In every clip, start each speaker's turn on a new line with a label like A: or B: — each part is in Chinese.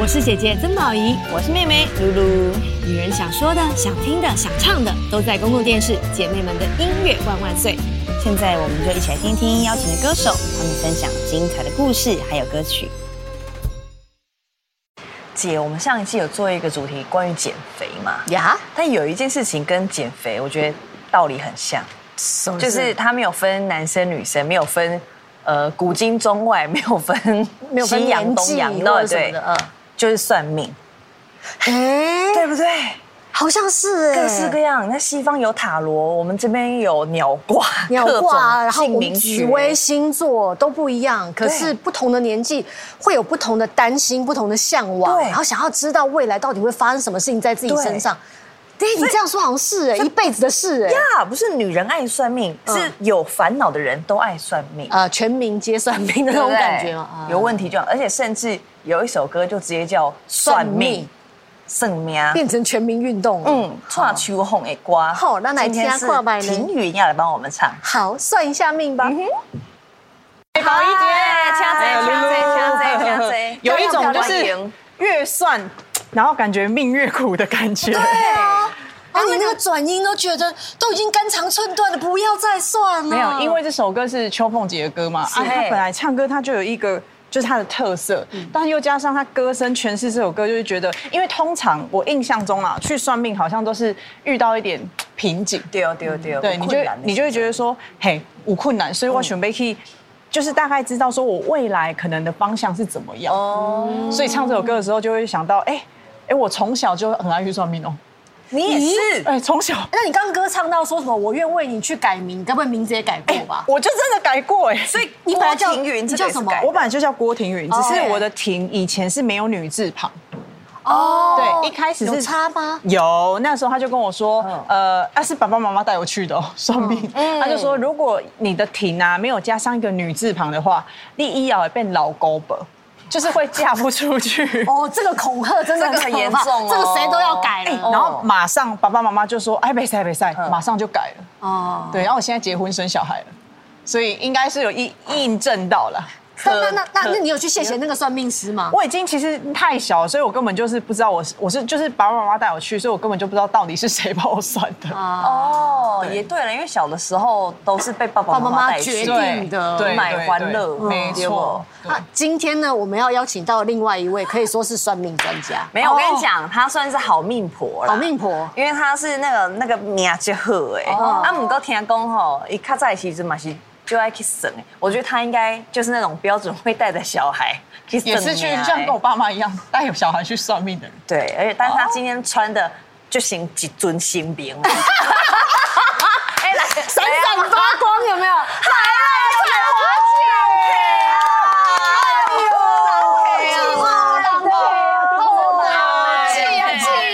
A: 我是姐姐曾宝仪，
B: 我是妹妹露露。
A: 女人想说的、想听的、想唱的，都在公共电视。姐妹们的音乐万万岁！
B: 现在我们就一起来听听邀请的歌手，他们分享精彩的故事还有歌曲。姐，我们上一期有做一个主题关于减肥嘛？
C: 呀，
B: 但有一件事情跟减肥，我觉得道理很像，就
C: 哦就是
B: 它没有分男生女生，没有分呃古今中外，没有分
C: 没有分
B: 西洋
C: 年
B: 东
C: 纪
B: 洋，
C: 或者什么
B: 对
C: 的，，嗯，
B: 就是算命，
C: 哎，
B: 对不对？
C: 好像是哎，
B: 嗯各式各样。那西方有塔罗，我们这边有鸟卦，
C: 鸟卦，
B: 各种
C: 然后
B: 姓
C: 我
B: 名
C: 们
B: 学
C: 紫微星座都不一样，可是不同的年纪会有不同的担心、不同的向往，
B: 对
C: 然后想要知道未来到底会发生什么事情在自己
B: 对
C: 身上。对，你这样说好像是哎，一辈子的事哎，
B: 呀，不是女人爱算命，
C: 嗯
B: 是有烦恼的人都爱算命，
C: 呃，全民皆算命的那
B: 对不
C: 种
B: 对
C: 感觉嘛。啊
B: 有问题就好，而且甚至有一首歌就直接叫算命，算命。
C: 啊变成全民运动了，
B: 嗯，跨秋红的瓜，
C: 好咱来
B: 今天
C: 听
B: 是
C: 看麦呢
B: 婷云要来帮我们唱。
C: 好，算一下命吧。
B: 嗯宝仪姐，掐
D: 哎
B: 贼，
D: 呦
B: 掐贼，掐
D: 噜
B: 贼，
D: 噜
B: 掐贼，
D: 有一种
B: 漂
D: 就
B: 亮漂
D: 是
B: 亮
D: 越算，然后感觉命越苦的感觉。
B: 啊哎
C: 然后你那个哎转音都觉得都已经肝肠寸断了，不要再算了。
D: 没有，因为这首歌是邱凤姐的歌嘛，啊，她本来唱歌她就有一个。就是她的特色，
B: 嗯
D: 但是又加上她歌声诠释这首歌，就是觉得，因为通常我印象中啊，去算命好像都是遇到一点瓶颈，
B: 丢丢丢，
D: 对，你就
B: 困难的嗯
D: 你就会觉得说，嘿，无困难，所以我选 b e k y 就是大概知道说我未来可能的方向是怎么样，
B: 哦，
D: 所以唱这首歌的时候就会想到，哎、哎，我从小就很爱去算命哦，
B: 你也是，
D: 哎，从小，
C: 那你刚刚歌唱到说什么？我愿为你去改名，你该不会名字也改过吧？
D: 我就真的改过哎，
B: 所以
C: 你本
B: 郭
C: 来叫
B: 婷云，
C: 你
B: 这
C: 叫
B: 个也是
C: 什么
B: 改的
D: 我本来就叫郭婷云，只是
C: 哦
D: 我的婷以前是没有女字旁，
C: 哦，
D: 对，一开始
C: 有
D: 是。
C: 差吗？
D: 有，那时候他就跟我说，
C: 嗯
D: 呃，那、是爸爸妈妈带我去的哦， 算命。他就说，如果你的婷啊没有加上一个女字旁的话，你一咬也变老勾吧，就是会嫁不出去。
C: 哦，这个恐吓真的
B: 这个很
C: 可
B: 严
C: 怕
B: 重哦
C: 这个谁都要改了。
D: 哎然后马上爸爸妈妈就说，哎，别塞别塞，马上就改了。
C: 嗯哦，
D: 对，然后我现在结婚生小孩了，所以应该是有印印证到了。
C: 那那那那那你有去谢谢那个算命师吗？
D: 我已经其实太小，所以我根本就是不知道我是我是就是爸爸妈妈带我去，所以我根本就不知道到底是谁帮我算的。
C: 啊，
B: 哦，也对了，因为小的时候都是被爸爸妈
C: 爸爸妈
B: 妈
C: 妈
B: 带
C: 决
B: 去
C: 定对的
D: 对
B: 买
D: 对
B: 欢乐
D: 对没
B: 对不
D: 错。嗯对
C: 那啊今天呢，我们要邀请到另外一位可以说是算命专家，
B: 没有，我跟你讲，她算是好命婆啦
C: 好命婆
B: 因为她是那个那个命就好哎。
D: 哦
B: 啊，姆过听讲吼，一卡在其实嘛是就爱去省哎。我觉得她应该就是那种标准会带着小孩去省
D: 也是去
B: 命
D: 像
B: 欸
D: 跟我爸妈一样带有小孩去算命的人，
B: 对，而且但是她今天穿的就行几尊新兵。 哎来，
C: 闪闪发光，有没有？哎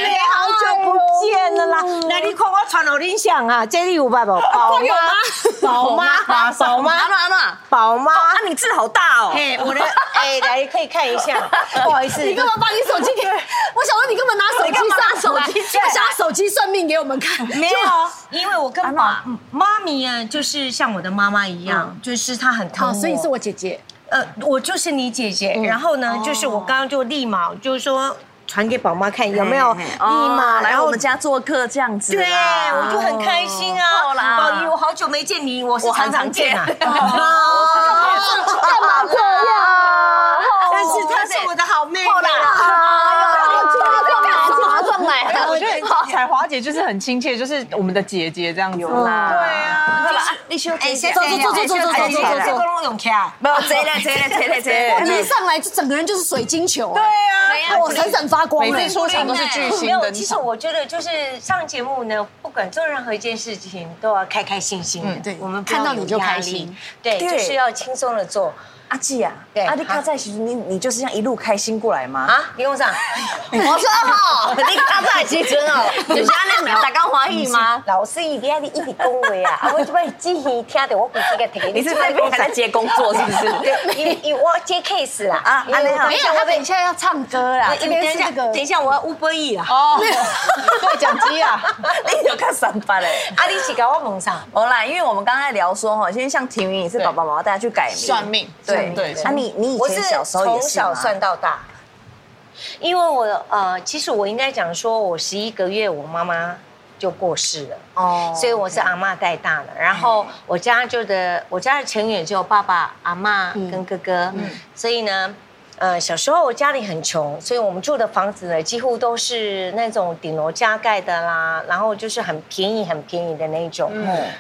C: 啊
E: 来，你看我传给恁像啊，这里有捌无？宝妈，宝妈，宝妈，
B: 阿妈阿妈，
E: 宝妈。
B: 啊，你字好大哦！
E: 嘿，我的哎，来可以看一下，不好意思，
C: 你干嘛把你手机给？我想问你干嘛拿手机上手机？我想要手机算命给我们看。
E: 没有，因为我跟妈妈咪啊，就是像我的妈妈一样，就是她很疼
C: 好，
E: 我，
C: 所以你是我姐姐。
E: 呃，我就是你姐姐。然后呢，就是我刚刚就立马就是说传给宝妈看有没有
B: 嘿
E: 立
B: 嘿
E: 马，
B: 哦来
E: 然后
B: 我们家做客这样子
E: 对，
B: 啦。
E: 我就很开心啊
B: 好！啦
E: 宝仪，我好久没见你，我是
B: 我
E: 常
B: 常
E: 常
B: 常
E: 见
B: 见
E: 啊。
C: 干嘛这样？
E: 但是她是我的好妹妹。
D: 我觉得彩华姐就是很亲切，就是我们的姐姐这样子。
B: 有 啦，
D: 对啊，
B: 好啦，啊你先
E: 哎，先
C: 坐坐坐坐坐坐坐坐
E: 这个拢用起来。
B: 不要贼嘞贼嘞贼嘞贼嘞！
C: 你一上来就整个人就是水晶球，对
E: 啊
C: 我闪闪发光了
D: 每。次出场都是巨
E: 没
D: 星
E: 有，
D: 登
E: 其实
D: 场。
E: 我觉得就是上节目呢，不管做任何一件事情都要开开心心的。
C: 对
E: 我们不
C: 看到
E: 要有
C: 你就
E: 压
C: 开
E: 力
C: 心，
E: 对，
B: 对
E: 就是要轻松的做
B: 阿季啊，
E: 对
B: 阿丽卡在其实你你就是这样一路开心过来吗？
E: 啊。李工长，
B: 我说吼，你卡在时阵哦，就是安尼大家欢喜吗？
E: 老师一定要你一直恭维啊，啊，我这边只耳听到我不这个提给
B: 你是在边还在接工作是不是？
E: 对，因因为我接 case 啦
B: 啊
E: 因为
B: 安尼好
E: 我
C: 没有，他等一下要唱歌啦。
E: 因
C: 今
E: 为
C: 天
E: 等一
C: 是
E: 下，
C: 那个
E: 等一下，我要 Uber E 啦。
D: 哦，对，讲机 啊，
B: 你有看三八嘞？
E: 啊，你是给我问啥？
B: 好啦，因为我们刚才聊说哈，现在像婷云也是
D: 对
B: 爸爸妈妈带她去改名
D: 算命，
B: 对
D: 对，
B: 啊你你以
E: 我
B: 前
E: 是
B: 小时候也
E: 从
B: 是吗
E: 小算到大，因为我呃，其实我应该讲说，我十一个月我妈妈就过世了，
B: 哦
E: 所以我是阿嬷带大的。然后我家就的我家的成员只有爸爸、阿嬷跟哥哥，所以呢。呃，小时候我家里很穷，所以我们住的房子呢，几乎都是那种顶楼加盖的啦，然后就是很便宜、很便宜的那种。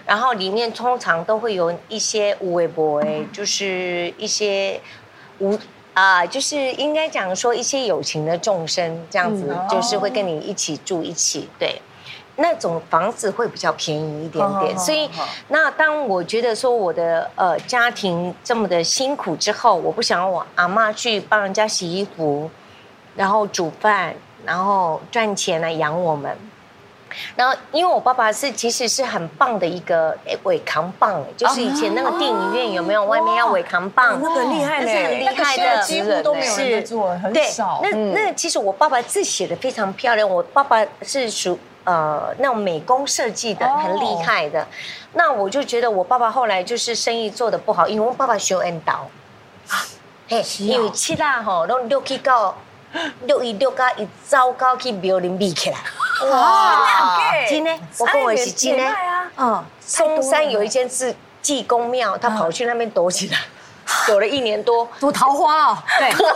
E: 然后里面通常都会有一些无微博诶，就是一些无啊、就是应该讲说一些友情的众生这样子，就是会跟你一起住一起对。那种房子会比较便宜一点点，所以那当我觉得说我的呃家庭这么的辛苦之后，我不想要我阿嬷去帮人家洗衣服，然后煮饭，然后赚钱来养我们。然后，因为我爸爸是其实是很棒的一个诶伟扛棒，就是以前那个电影院有没有外面要伟扛
F: 哦
E: 棒？
B: 那个厉害
E: 那是很厉
B: 嘞，
E: 害
F: 那个现
E: 的，
F: 在几乎都没有人在做
E: 是
F: 很
E: 对
F: 少
E: 那
F: 嗯
E: 那其实我爸爸字写的非常漂亮，我爸爸是属呃那种美工设计的，很厉害的。那我就觉得我爸爸后来就是生意做的不好，因为我爸爸修 N 刀，嘿，因为七啦吼，拢六去到六一六到一糟糕去庙里闭起来。
B: 哇
E: 真的，啊我跟我是真的。
C: 嗯，
E: 松山有一间是济公庙，他跑去那边躲起来，躲了一年多。
C: 朵桃花哦，
E: 对，就是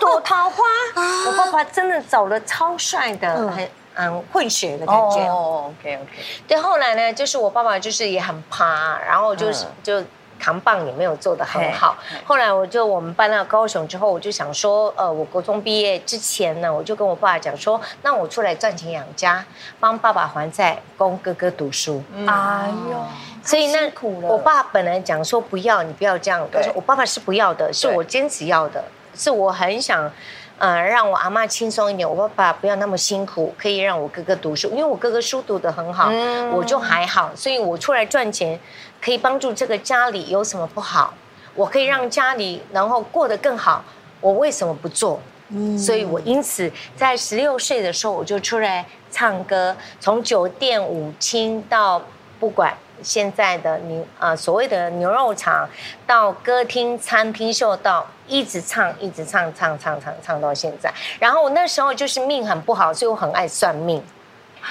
E: 躲桃花。
B: 啊
E: 我爸爸真的找了超帅的，很嗯混血的感觉。
B: 哦，OK OK，
E: 对，后来呢，就是我爸爸就是也很趴，然后
B: 嗯
E: 就是就。扛棒也没有做得很好。后来我就我们搬到高雄之后，我就想说，呃，我国中毕业之前呢，我就跟我爸爸讲说，那我出来赚钱养家，帮爸爸还债，供哥哥读书。
B: 哎呦，
E: 所以那
B: 了
E: 我爸本来讲说不要，你不要这样。
F: 对
E: 可是我爸爸是不要的，是
F: 对
E: 我坚持要的，是我很想，呃，让我阿妈轻松一点，我爸爸不要那么辛苦，可以让我哥哥读书，因为我哥哥书读得很好，
F: 嗯
E: 我就还好，所以我出来赚钱可以帮助这个家里，有什么不好？我可以让家里然后过得更好，我为什么不做？
F: 嗯
E: 所以我因此在十六岁的时候，我就出来唱歌，从酒店舞厅到不管现在的牛呃所谓的牛肉厂，到歌厅、餐厅秀到一直唱一直唱唱唱唱唱到现在。然后我那时候就是命很不好，所以我很爱算命。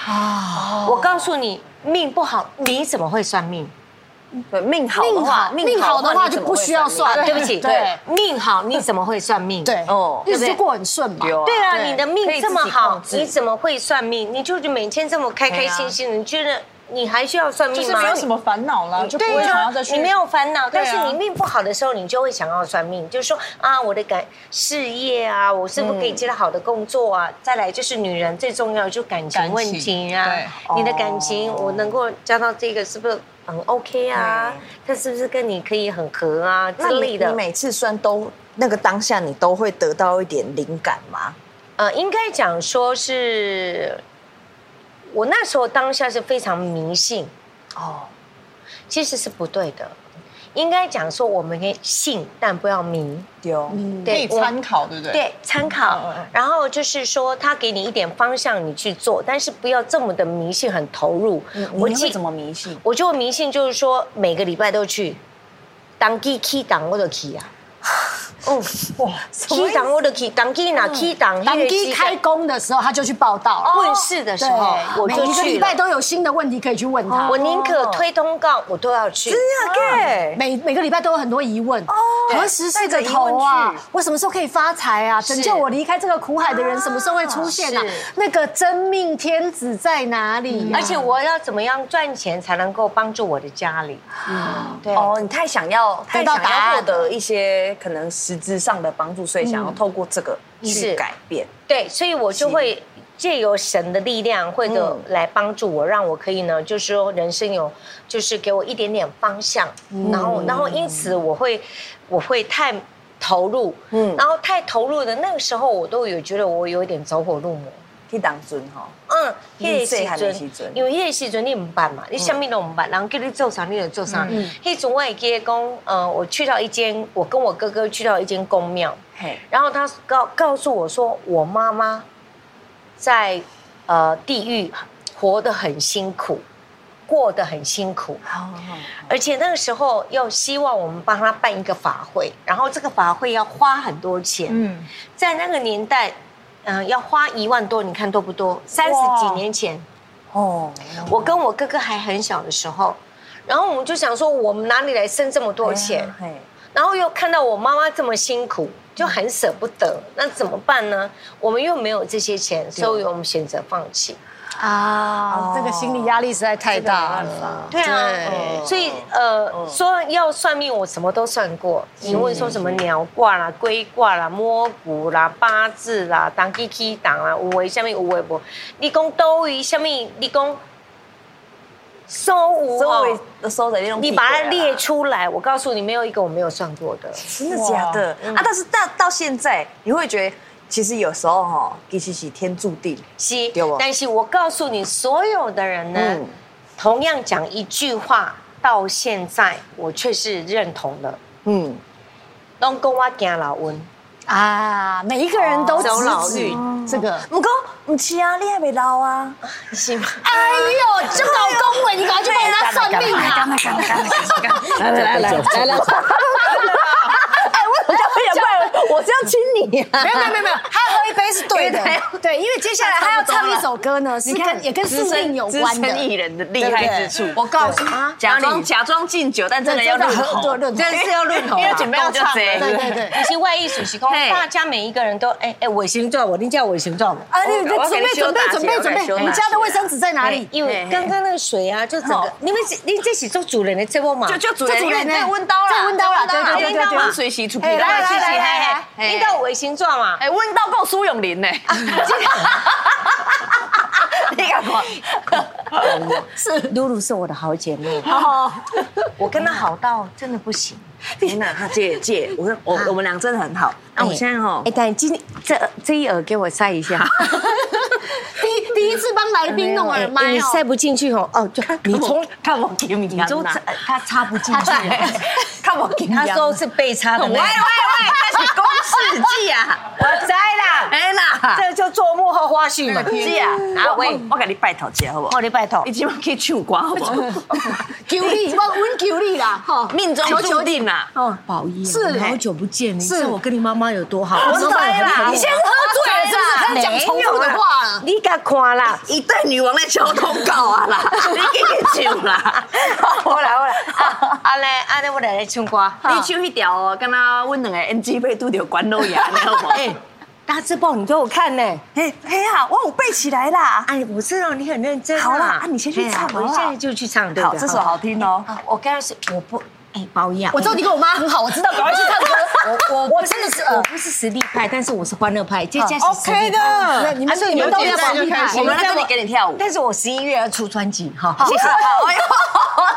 E: 啊，我告诉你，命不好，你怎么会算命？
B: 对，命好的话，
C: 命好的话就不需要算
E: 啊
C: 了，
E: 对不起，
C: 对，
E: 命好你怎么会算命？
C: 对，
B: 哦
C: 日子就过很顺嘛，
B: 有
E: 对啊，
B: 对
E: 你的命
B: 可以自
E: 这
B: 己
E: 么好
B: 控，制
E: 你怎么会算命？你就是每天这么开开心心的，你觉得你还需要算命
F: 就
E: 吗？
F: 是没有什么烦恼啦，就不
E: 对
F: 会想
E: 啊
F: 要再，去。
E: 你没有烦恼，但
F: 对啊
E: 是你命不好的时候，你就会想要算命，就是说啊，我的感事业啊，我是不是
F: 嗯
E: 可以接到好的工作啊？再来就是女人最重要的就是感情
F: 感情
E: 问题啊
F: 对，
E: 你的感情我能够交到这个是不是很 OK 啊？他是不是跟你可以很合啊之
B: 那你
E: 类的
B: 你？每次算都那个当下，你都会得到一点灵感吗？
E: 呃，应该讲说是，我那时候当下是非常迷信，
B: 哦，
E: 其实是不对的。应该讲说我们可以信，但不要迷。
B: 有，
F: 可以
E: 我
F: 参考，对不对？，
E: 对，参考
F: 嗯嗯。
E: 然后就是说，他给你一点方向，你去做，但是不要这么的迷信，很投入。
B: 我
E: 记
B: 记怎么迷信？
E: 我就迷信，就是说每个礼拜都去，当机去当我就去啊。嗯，哇，去当我就去，当机哪去当？
C: 当一开工的时候，他就去报道
B: 哦
C: 了。
E: 问世的时候，我
C: 每
E: 就去
C: 一个礼
E: 了哦
C: 拜都有新的问题可以去问他。
E: 我宁可推通告，我都要去。
B: 啊
E: 嗯
B: 对，
C: 每每个礼拜都有很多疑问，何时是个头啊
B: 带着疑问去？
C: 我什么时候可以发财啊？拯救我离开这个苦海的人什么时候会出现啊
E: 是？
C: 那个真命天子在哪里啊？
E: 而且我要怎么样赚钱才能够帮助我的家里？嗯，对。
B: 哦，你太想要，太
C: 得到
B: 想
C: 答案
B: 要获
C: 了
B: 得一些可能实质上的帮助，所以想要透过这个去
E: 是
B: 改变。
E: 对，所以我就会借由神的力量，或者来帮助我，让我可以呢，就是说人生有，就是给我一点点方向，然后，然后因此我会，我会太投入，嗯，然后太投入的那个时候，我都有觉得我有一点走火入魔。
B: 去当尊哈，
E: 嗯，
B: 你
E: 迄
B: 细汉的
E: 个
B: 时
E: 时
B: 阵
E: 阵，因为迄个时阵你唔捌嘛，你啥物都唔捌，人叫你做啥你就做啥。迄阵我会记得讲，呃，我去到一间，我跟我哥哥去到一间公庙，
B: 嘿，
E: 然后他告告诉我说，我妈妈在呃地狱活得很辛苦，过得很辛苦，而且那个时候又希望我们帮他办一个法会，然后这个法会要花很多钱。
F: 嗯，
E: 在那个年代，嗯，要花一万多，你看多不多？三十几年前，
B: 哦，
E: 我跟我哥哥还很小的时候，然后我们就想说，我们哪里来生这么多钱？
B: 嘿，
E: 然后又看到我妈妈这么辛苦，就很舍不得。那怎么办呢？我们又没有这些钱，所以我们选择放弃。
C: 啊，这个心理压力实在太大了。
E: 对啊，所以呃，说要算命，我什么都算过。你问说什么鸟卦啦、龟卦啦、摸骨啦、八字啦、当机机当啦，五为下面五为不？你讲都于下面，你讲收五
B: 所以
E: 哦，
B: 我收的那种，
E: 你把它列，出来，我告诉你，没有一个我没有算过的。
B: 真的假的啊？但是到到现在，你会觉得其实有时候哈，其实是天注定，
E: 是
B: 对不，
E: 但是我告诉你，所有的人呢，
B: 嗯
E: 同样讲一句话，到现在我却是认同的。
B: 嗯，
E: 拢讲我惊老温，
C: 啊，每一个人都
E: 走老
C: 直指
E: 运，
C: 这个。
B: 不过唔是啊，你还没老啊，
E: 是吗？
C: 哎呦，这老公文，你赶快去帮人家算命啊！
F: 来来来来来，
C: 哎
B: 我就不想怪我，我是要亲你啊。
C: 没有没有没有没有，他喝一杯是对的，对，因为接下来他要唱一首歌 呢，是跟也跟宿命有关
B: 资深艺
C: 的。
B: 人的厉害之处。我告诉啊，假装假装敬酒，但真的要论
C: 对
B: 红，
C: 论红
B: 真的是要论红啊，
F: 因为准备要唱了
B: 对
C: 对对对，
E: 你是外艺属时空，
B: 嘿
E: 大家每一个人都哎哎，我形状，我定叫我形状。
C: 啊，你准备准备准备准备，你家的卫生纸在哪里？
E: 哎因为刚刚那个水啊，就整个
B: 好
E: 你们这你这是做主人的这波嘛？
B: 就就主人，
C: 就主
B: 因
C: 人
B: 为这温刀了，
C: 这温刀啦
B: 这温刀啦啊哎
C: 对对对
B: 温刀
C: 对
B: 嘛
C: 对
B: 水洗出皮
E: 来
B: 了，
E: 哎来来
B: 洗
E: 来
B: 洗
E: 来
B: 嘿
E: 来，
B: 嘿
E: 应该我形状嘛？
B: 哎，温刀够苏永林呢，你看我，
E: 是露露是我的好姐妹，我跟她好到真的不行。
B: 天哪，他姐姐，我跟我我们俩真的很好。那我现在哈
E: 哎，，但今这这一耳给我塞一 下。
C: 第一第一次帮来宾弄耳麦
E: 你塞
C: 哦，
E: 不进去哦，哦， 就你从
B: 看我给你
E: 你都
B: 拿
E: 插，他插不 进去，
B: 看我给你
E: 他
B: 拿
E: 说是被插的
B: 喂喂
E: 那
B: 喂，
E: 个。
B: 这是公世纪啊！
E: 我摘啦，
B: 哎啦，
E: 这就做幕后花絮 嘛。
B: 是啊，啊
E: 啊哎
B: 喂
E: 喂，
B: 我给你拜托一下好不好
E: 我？你拜托
B: 你，今晚去唱歌好不好？
C: 求你，我温求你啦， 哈，
B: 命中
C: 求求
B: 注定啦！
E: 哦，宝仪，
C: 是
E: 我们好久不见，你
C: 是
E: 知道我跟你妈妈有多好？
B: 我
E: 知
B: 知
E: 道
B: 道啦
C: 你先喝醉了是不是？开始讲重复的话了。
E: 你敢看啦？
B: 一代女王在敲通告啊啦，你给给唱啦！
E: 好啦好啦，啊啊来啊来，我来来唱歌。
B: 你唱迄条哦，敢若阮两个 NG 被拄着管老爷，你好不好？
E: 哎，大字报你给我看呢。
B: 嘿，嘿啊，我有背起来啦。
E: 哎，我知道你很认真啊。
B: 好啦啊你先去唱
E: 哎
B: 好
E: 我
B: 啦
E: 现在就去唱，对不
B: 好，
E: 对？
B: 这首好听哦。
E: 啊。我刚开始我不，哎，宝仪啊，
C: 我知道你跟我妈很好，我知道，赶快去唱 歌。
E: 我 我
C: 我
E: 不是哦
C: 真的是
E: 我不是实力派，但是我是欢乐派，这家是实力
F: OK
E: 派。
F: 的，
C: 你们
D: 啊
C: 你们都要保密
F: 开始
B: 我们来这里给你跳舞。
E: 但是我十一月要出专辑哈，谢谢。
B: 好，哎呦，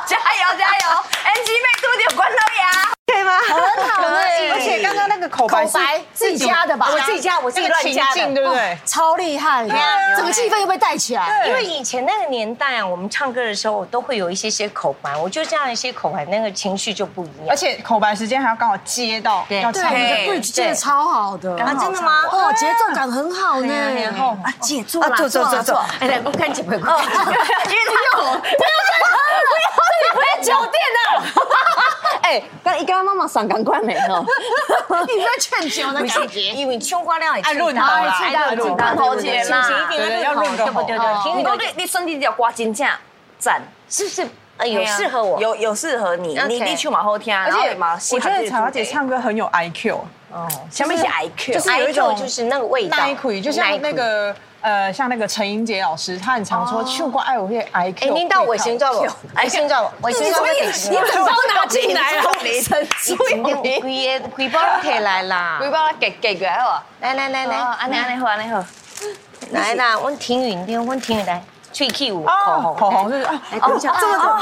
B: 加油加油！NG 被拄着管老爷。
C: 很好哎，
F: 而且刚刚那个口白
C: 口
F: 是
C: 白自己加的吧？
E: 我自己加，我自己乱
F: 情
E: 加的
F: 境，。对不对？
C: 超厉害
E: 对啊，
C: 整个气氛又被带起来。
E: 因为以前那个年代啊，我们唱歌的时候，我都会有一些些口白，我就这样一些口白，那个情绪就不一
F: 而
E: 样。
F: 且口白时间还要刚好接到
E: 对
F: 要
C: 对，
F: 唱
C: 你
F: 歌，
C: 的 bridge 接的超好的，
E: 啊，哦真的吗？
C: 哦，节奏感很好呢。
E: 然后
B: 啊，姐坐啦，坐坐坐。
E: 哎，来，我看几回，我看几回
B: 因为他有，不要再喝了，不要，你不要酒店了。哎，刚一刚妈妈上钢管嘞吼，
C: 你在劝酒的感觉。
E: 因为秋瓜料也
F: 爱润喉啦，爱润
B: 爱
F: 喉
B: 润喉姐啦
E: 轻一点哎要哦润喉，对不对？
B: 你
E: 听
B: 讲
E: 你
B: 你你身体条瓜真正赞，
E: 是不是？哎，有适合我，
B: 有有适合你，你你去马后天，
F: 而
B: 然后
F: 且
B: 马
F: 我觉得彩华姐，唱歌很有 IQ，
B: 哦，前面是 IQ，
F: 就是有一种
E: 就是那个味道
F: 耐苦，就像那
E: 耐苦
F: 个呃，像那个陈英杰老师，他很常说去过爱我会 IQ，
E: 哎，您到我形状我
F: 对，
E: 哎，形状我，我形状我得
B: 你怎么拿进来了？
E: 你规个规包起来啦！
B: 你帮我给给个好啊！
E: 来来来
B: 哦，
E: 来
B: 安尼安尼好，安尼好。
E: 来啦！阮庭云，听阮庭云来，喙气有口
F: 哦，口
E: 红，
F: 红是啊，
E: 来等一下，这么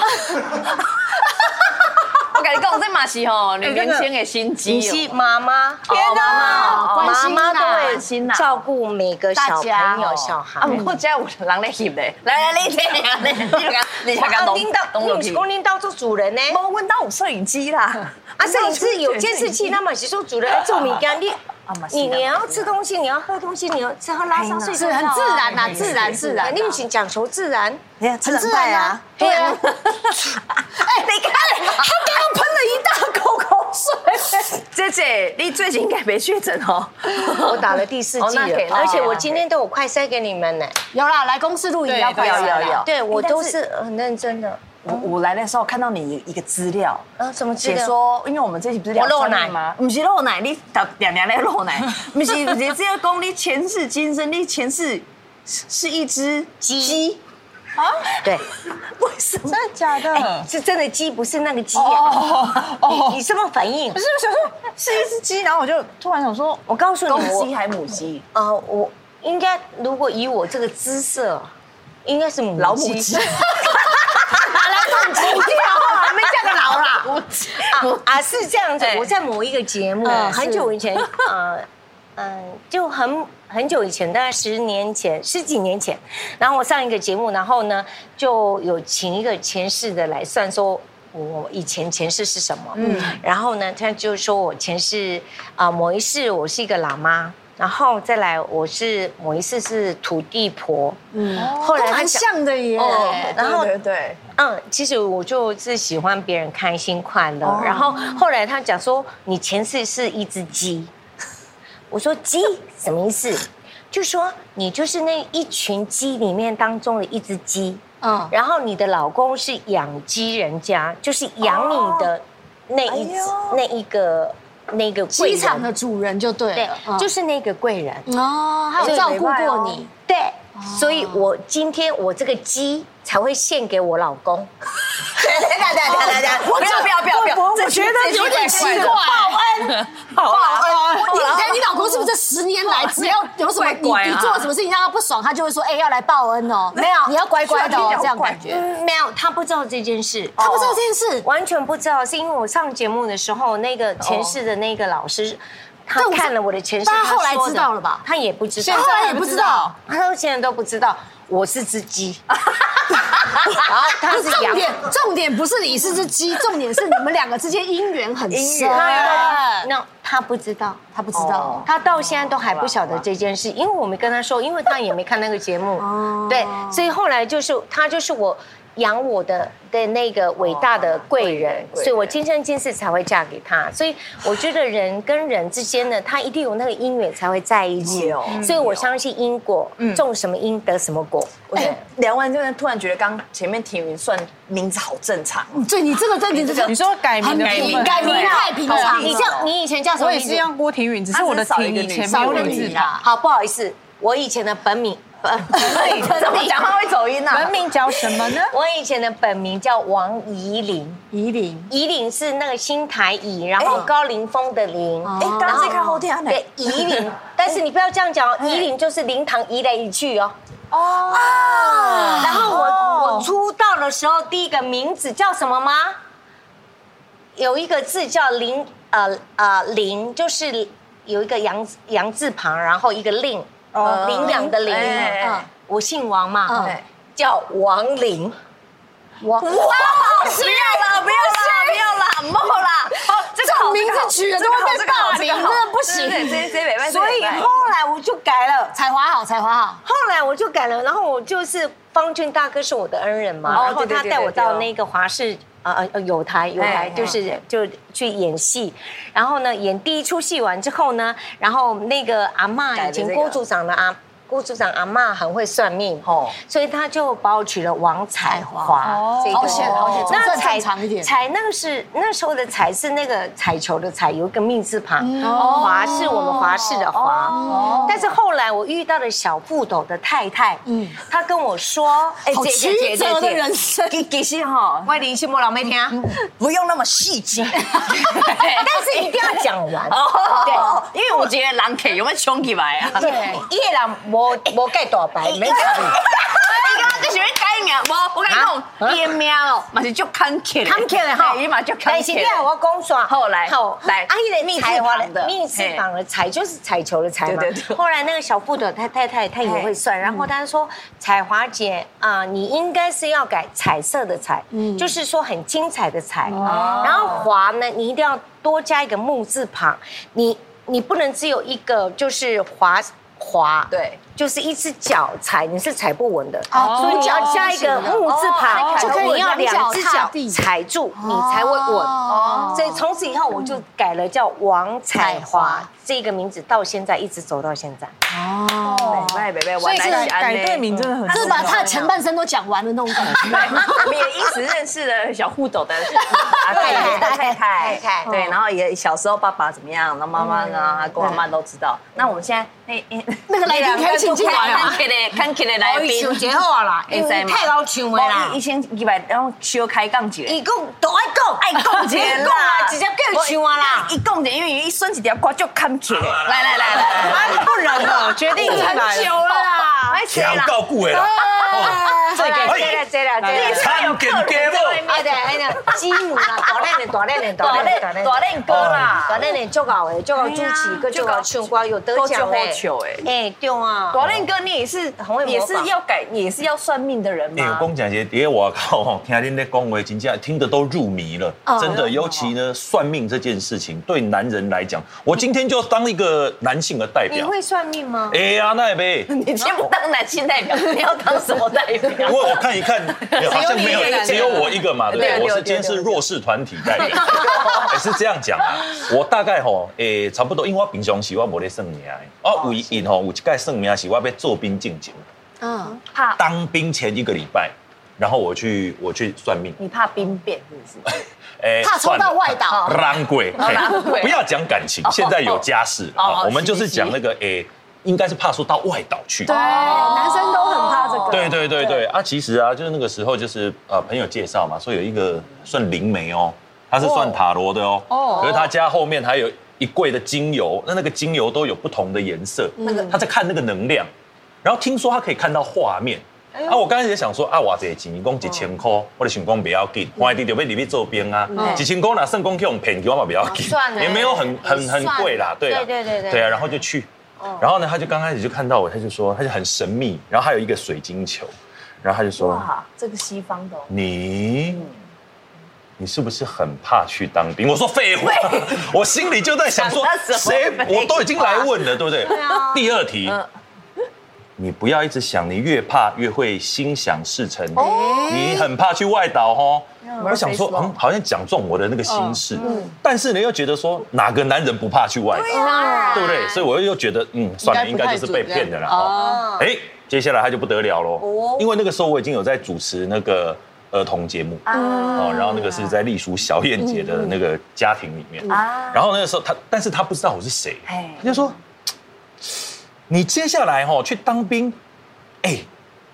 B: 我跟你讲，这嘛是吼，你年轻的心机
E: 你
B: 哦。
E: 是妈妈，天
C: 哪关
E: 妈
C: 心
E: 妈
C: 呐
E: 都
B: 心
E: 会
B: 呐
E: 照顾每个小朋
B: 哦
E: 友小孩
B: 啊，。不过这有人咧翕咧，来来，你听啊，你你就甲你就甲
E: 啊，
B: 弄
E: 领导，
B: 弄
E: 你
B: 落
E: 不是
B: 去。
E: 讲领导做主人呢？
B: 无，阮兜有摄影机啦。
E: 啊，摄影师有监视器，那么是做主人来做米干，你
B: 啊嘛是啦哎
E: 你你要吃东西，你要喝东西，你要吃喝拉撒睡啊哎
C: 是很自然
B: 啊
C: 呐，自然自然
E: 你。们请讲求自然。
B: 哎呀，很
C: 自然啊，
E: 对啊，
B: 哎哎，你看，他刚刚喷了一大口口水。姐姐，你最近应该没确诊哦。
E: 我打了第四
B: 哦
E: 剂
B: 那可以
E: 了，
B: 了
E: 而且我今天都有快塞给你们呢。
C: 有啦，来公司录影
F: 对
C: 要快
F: 要
C: 筛
B: 要
C: 啦
B: 要
E: 对我
B: 哎
E: 都
B: 但是
E: 是很认真 的。
B: 我我来的时候看到你一个资料，
E: 啊，怎么知
B: 姐
E: 道？
B: 说，因为我们这期不是聊
E: 我漏
B: 算命
E: 奶
B: 吗？不是漏奶，你打两两在漏 奶，不是不是，直接讲你前世今生，你前世是是一只鸡啊？
E: 对，
B: 为什么？
F: 真的假的？
E: 哎，是真的鸡，不是那个鸡
B: 哦
E: 啊！
F: 哦
E: 你你什么反应
F: 不？是，我想说是一只鸡，然后我就突然想说，我告诉你，
B: 公
F: 我
B: 鸡还母鸡？
E: 啊，我应该如果以我这个姿色，应该是母
B: 老母鸡
E: 鸡。老母鸡啊，没这个老啦。啊啊，是这样子
B: 哎。
E: 我在某一个节目，
F: 嗯
E: 很久以前， 呃，嗯，就很很久以前，大概十年前、十几年前，然后我上一个节目，然后呢，就有请一个前世的来算说。我以前前世是什么？嗯，然后呢，他就说我前世啊、某一世我是一个喇嘛，然后再来我是某一世是土地婆，嗯，后来
C: 都
E: 他
C: 蛮
E: 讲。
C: 像的耶。
E: 哦然后
F: 对对对，
E: 嗯，其实我就是喜欢别人开心快乐。
C: 哦
E: 然后后来他讲说，你前世是一只鸡，我说鸡什么意思？就说你就是那一群鸡里面当中的一只鸡，
C: 嗯，
E: 然后你的老公是养鸡人家，就是养你的那一只、那一个那个贵
C: 哎机
E: 人
C: 场的主人就对
E: 对
C: 了，嗯，
E: 就是那个贵人。
C: 哦，还有照顾过你，
E: 对，
C: 哦
E: 所以我今天我这个鸡才会献给我老公。
B: 等等等等等，不要不要不要不要，这觉得有点奇怪。啊报恩，报
F: 哦
B: 恩，
C: 你看你老公是不是这十年来，只要有什么
B: 乖
C: 你
B: 乖啊
C: 你做什么事情让他不爽，他就会说，哎，要来报恩哦，
E: 没有
C: 你要乖乖的哦，
B: 需要
C: 这样
B: 乖
C: 感觉。
E: 嗯，没有，他不知道这件事，
C: 他不知道这件事，
E: 完全不知道，是因为我上节目的时候，那个前世的那个老师，
C: 对
E: 他
C: 我是
E: 看了我的前世，
C: 但他后来
E: 说的
C: 知道了吧
E: 他也不知道，
C: 他后来也不知道，
E: 他到现在都不知道我是 只鸡， 然后他
C: 不是
E: 是羊
C: 重，点，重点不是你是只鸡，重点是你们两个之间姻缘很深。
E: 他哦那他不知道，
C: 他不知道，
E: 他到现在都还不晓得这件事，因为我没跟他说，因为他也没看那个节目
C: 哦，
E: 对，所以后来就是他就是我养我的的那个伟大的贵人，所以我今生今世才会嫁给他，所以我觉得人跟人之间呢，他一定有那个姻缘才会在一起
B: 有，
E: 所以我相信因果，种什么因得什么果，
B: 我觉得聊完真的突然觉得，刚前面提名算名字好正常，
C: 对你这个真的这个
F: 你说改名
C: 很
F: 的
C: 平
F: 部
C: 民
F: 分，
C: 改名
F: 对
C: 太平常
E: 你
C: 了
E: 这。样，你以前叫什么
F: 我也
E: 名字？
F: 是一样郭庭允，只是我的
B: 他只是少一
F: 庭
B: 个
F: 以前没
C: 少
F: 有
C: 一个
F: 女字
C: 女
F: 旁。
C: 啦。
E: 好，不好意思，我以前的本名本 本名
B: 怎么讲话会走音啊
F: 人？名叫什么呢？
E: 我以前的本名叫王怡玲，
C: 夷陵，
E: 怡玲是那个新台怡，然后
B: 哎
E: 高凌风的凌，
C: 哦
B: 哎，刚刚在看后天啊，哎
E: 对 怡玲。但是你不要这样讲哦，怡玲就是灵堂移来移去哦。
F: 哦，
B: 哎
E: 然后
B: 哦
E: 我我出道的时候，第一个名字叫什么吗？有一个字叫林，呃呃林，就是有一个杨杨字旁，然后一个令，呃
F: 哦
E: 林两个林。
B: 哎
E: 嗯我姓王嘛
B: 嗯，
E: 叫王玲。
C: 我哇，
B: 不要啦，不要啦，不要啦，莫啦！哦，这
C: 这种名字取的都会被霸凌，真的不
B: 对，
C: 行。
B: 这这北
E: 所以后来我就改了。
C: 彩华好，彩华好，
E: 后来我就改了，然后我就是方俊大哥是我的恩人嘛，
B: 哦
E: 然后
B: 对对
E: 他
B: 对
E: 带
B: 对
E: 我
B: 对哦
E: 到那个华视。呃呃呃，有台有台，
B: 哎
E: 就是就去演戏，然后呢，演第一出戏完之后呢，然后那个阿
B: 改
E: 嬷
B: 了
E: 以
B: 这个
E: 前郭组长的阿郭组长阿嬷很会算命，
B: 哦
E: 哦，所以他就把我取了王彩华
F: 哦，
E: 这个
C: 好险好险总算正常一点
E: 彩那个是那时候的彩是那个彩球的彩，有一个命字旁，
B: 嗯
C: 哦
E: 华是我们华视的华，
B: 哦
E: 但是后来我遇到了小布斗的太太，嗯，她跟我说，哎
C: 好曲折的人生。
B: 其其实哈，
E: 外林是莫老没 听啊，
B: 不用那么细节。
E: 哎但是一定要讲完，对。
B: 哦，因为我觉得狼 K 有没有冲起来啊？
E: 对，哎一个人无无盖大白，没看。
B: 你刚刚在前面改名，我我跟你讲，伊名哦，嘛是足坎坷，
E: 坎坷的哈，
B: 伊嘛足坎
E: 但是你
B: 坷
E: 要。我讲啥？
B: 好来
E: 好
B: 来
E: 啊，迄
B: 密
E: 个
B: 制
E: 彩花
B: 房的
E: 的，密室
B: 嘿
E: 房的彩就是彩球的彩嘛。
B: 对对对嗯
E: 后来那个小布的太太太她也会算，然后她说：“彩华姐啊，你应该是要改彩色的彩，
B: 嗯
E: 就是说很精彩的彩。
B: 哦
E: 然后华呢，你一定要多加一个木字旁，你你不能只有一个就是华华。”
B: 对，
E: 就是一只脚踩，你是踩不稳的，
C: 哦
E: 所以你要加一个木字
B: 哦
E: 旁，
C: 就可以
E: 你要两只
C: 两脚踏
E: 脚
C: 地
E: 踩住，你才会稳。
C: 哦
E: 所以从此以后我就改了叫王彩华这个名字，到现在一直走到现在。
B: 哦，拜拜拜，
C: 所以
B: 原来
C: 是
B: 是
F: 改
B: 安
F: 队
B: 内。
F: 哎名真的很
C: 就是
F: 重
C: 把
F: 要。
C: 他的前半生都讲完了那种感 觉。
B: 对，我们也因此认识了小护斗的阿太太太太，对，然后也小时候爸爸怎么样，然后妈妈呢，阿公阿妈都知道。那我们现在那
C: 那个来宾可以请进来吗？
B: 起来，看起来
C: 哎
B: 来宾，
E: 一好啦，
C: 嗯
B: 因为太
E: 老唱的
B: 一千一百，然后小开杠姐。
E: 伊讲都爱讲，爱
B: 讲一个啦
E: 直接叫伊唱啊啦。
B: 一共的，因为一孙一条瓜就看起来。来来来来来，
F: 啊不忍了，决定来了。
B: 了啦，
G: 强告顾的啦，
E: 这个这个这个
G: 哎
E: 这个。
G: 参见家母，
E: 哎对，哎对，基母啦，大练的， 大练的，
B: 大练大
E: 练
B: 练歌啦
E: 大练的足够的，足够主持，个足够唱歌，有得奖
B: 够足好笑的
E: 哎，对啊，
B: 罗亮哥，你也是
E: 很会模仿
B: 也是要改，也是要算命的人
G: 哎、我
B: 吗？
G: 讲姐，因为我靠吼，听恁在恭维，真正听得都入迷了，真的。尤其呢，算命这件事情对男人来讲，我今天就当一个男性的代
E: 你
G: 表。
E: 会算命吗？
G: 哎呀，那也呗，因
B: 你先不当男性代表，你要当什么代表？
G: 为我看一看，哎好像没有
F: 只有你一个人，
G: 只有我一个嘛，对不
B: 对
G: 对？
B: 对
G: 我是
B: 对
G: 今天是弱势团体代表，哎是这样讲啊。我大概吼，哎，差不多，因为我平常时我无咧算命的，我唯一吼有一届算命是我要做兵进前，
C: 嗯，
B: 怕
G: 当兵前一个礼拜，然后我去我去算命，
B: 你怕兵变是不是？
G: 哎
C: 怕冲到外 岛。
G: 狼鬼，嘿
B: 鬼
G: 不要讲感情，现在有家室
B: 哦
G: 啊，
B: 哦
G: 我们就是
B: 是
G: 讲那个诶，应该是怕说到外岛去。
C: 对，男生都很怕
E: 哦
C: 这个。
G: 对对对对啊，其实啊，就是那个时候就是呃朋友介绍嘛，说有一个算灵媒哦，他是算塔罗的哦，
F: 哦
G: 可是他家后面还有一柜的精油，那那个精油都有不同的颜色，
E: 嗯
G: 那个他在看那个能量，然后听说他可以看到画面。
E: 哎
G: 啊，我刚开始也想说啊，哇，这钱，你讲一千块，我的想讲不要紧，外地就被里面做兵啊，一千块啦，算讲去用骗去，我嘛不要紧，
E: 嗯哦算了
G: 也没有很很很
E: 算了
G: 贵啦，对啦，
E: 对对对对
G: 对啊，然后就去，
B: 哦
G: 然后呢，他就刚开始就看到我，他就说，他就很神秘，然后还有一个水晶球，然后他就说，
B: 哇，这个西方的哦
G: 你，你是不是很怕去当兵？我说废话， 我心里就在想说
B: 想到，什么啊
G: 谁
B: 废话
G: 我都已经来问了，对不对？第二题，
B: 嗯
G: 你不要一直想，你越怕越会心想事成。
B: 哦
G: 你很怕去外岛哦。我想说，嗯，好像讲中我的那个心
B: 哦
G: 事，
B: 嗯
G: 但是呢，又觉得说哪个男人不怕去
B: 啊
G: 外岛，对不对？所以我又觉得，嗯，算了，
F: 啊应
G: 应
F: 该不
G: 该
F: 太
G: 就是被
F: 准这样
G: 骗的了哦。
E: 哦，
G: 哎、接下来他就不得了
E: 哦
G: 喽，因为那个时候我已经有在主持那个儿童节目。
B: 啊
G: 哦，然后那个是在隶属小燕姐的那个家庭里面，
B: 啊，
G: 然后那个时候他，但是他不知道我是谁，
B: 哎
G: 他就说：“你接下来哦去当兵，哎，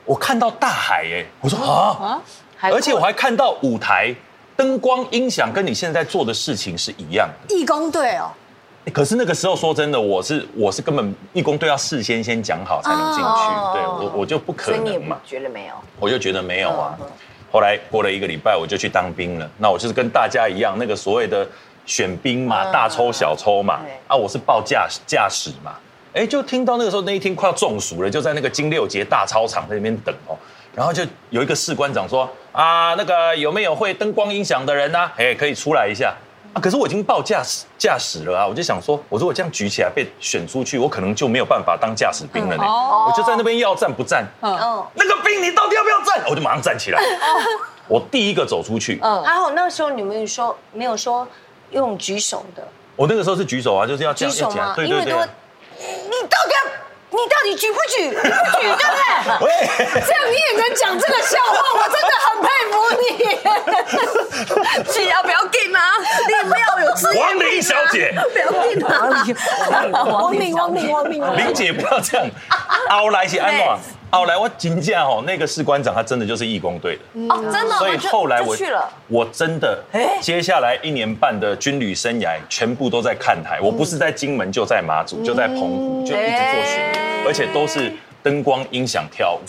G: 我看到大海哎，我说
F: 哦
G: 啊，而且我还看到舞台灯光音响跟你现在做的事情是一样的。”
C: 义工队哦，
G: 欸可是那个时候说真的，我是我是根本义工队要事先先讲好才能进去，
B: 哦
G: 对我我就不
B: 所
G: 可
B: 哎以你也
G: 能
B: 不
G: 嘛，
B: 觉得没有？
G: 我就觉得没有啊。后来过了一个礼拜，我就去当兵了。那我就是跟大家一样，那个所谓的选兵嘛，大抽小抽嘛
B: 对，
G: 啊，我是报驾驾驶嘛。哎，就听到那个时候那一天快要中暑了，就在那个金六节大操场在那边等哦。然后就有一个士官长说啊，那个有没有会灯光音响的人呢、哎，可以出来一下啊。可是我已经报驾驶驾驶了啊，我就想说，我如果这样举起来被选出去，我可能就没有办法当驾驶兵了呢。我就在那边要站不站，
E: 哦，
G: 那个兵你到底要不要站？我就马上 站起来，我第一个走出去。
E: 然后啊那时候你们有说没有说用举手的？
G: 我那个时候是举手啊，就是要这
E: 举
G: 样
E: 手
G: 一起来
E: 吗，？
G: 对
E: 因
G: 对
E: 为
G: 对
E: 都，。你到底要，你到底举不举？你不举，对不对？
G: 喂，
C: 这样你也能讲这个笑话，我真的很佩服你。
B: 是要不要进啊？你不要有自
G: 王林小姐，
C: 王明，王明，王明，
G: 林姐不要 这样，后来是安
B: 对
G: 诺，后来我真正吼那个士官长他真的就是义工队的，
B: 哦，真的，
G: 所以
B: 就
G: 后来我
B: 就去了。哎
G: 我真的接下来一年半的军旅生涯全部都在看
B: 嗯
G: 台，我不是在金门就在马祖，就在澎湖，就一直做巡
B: 哎
G: 演，而且都是灯光音响跳舞。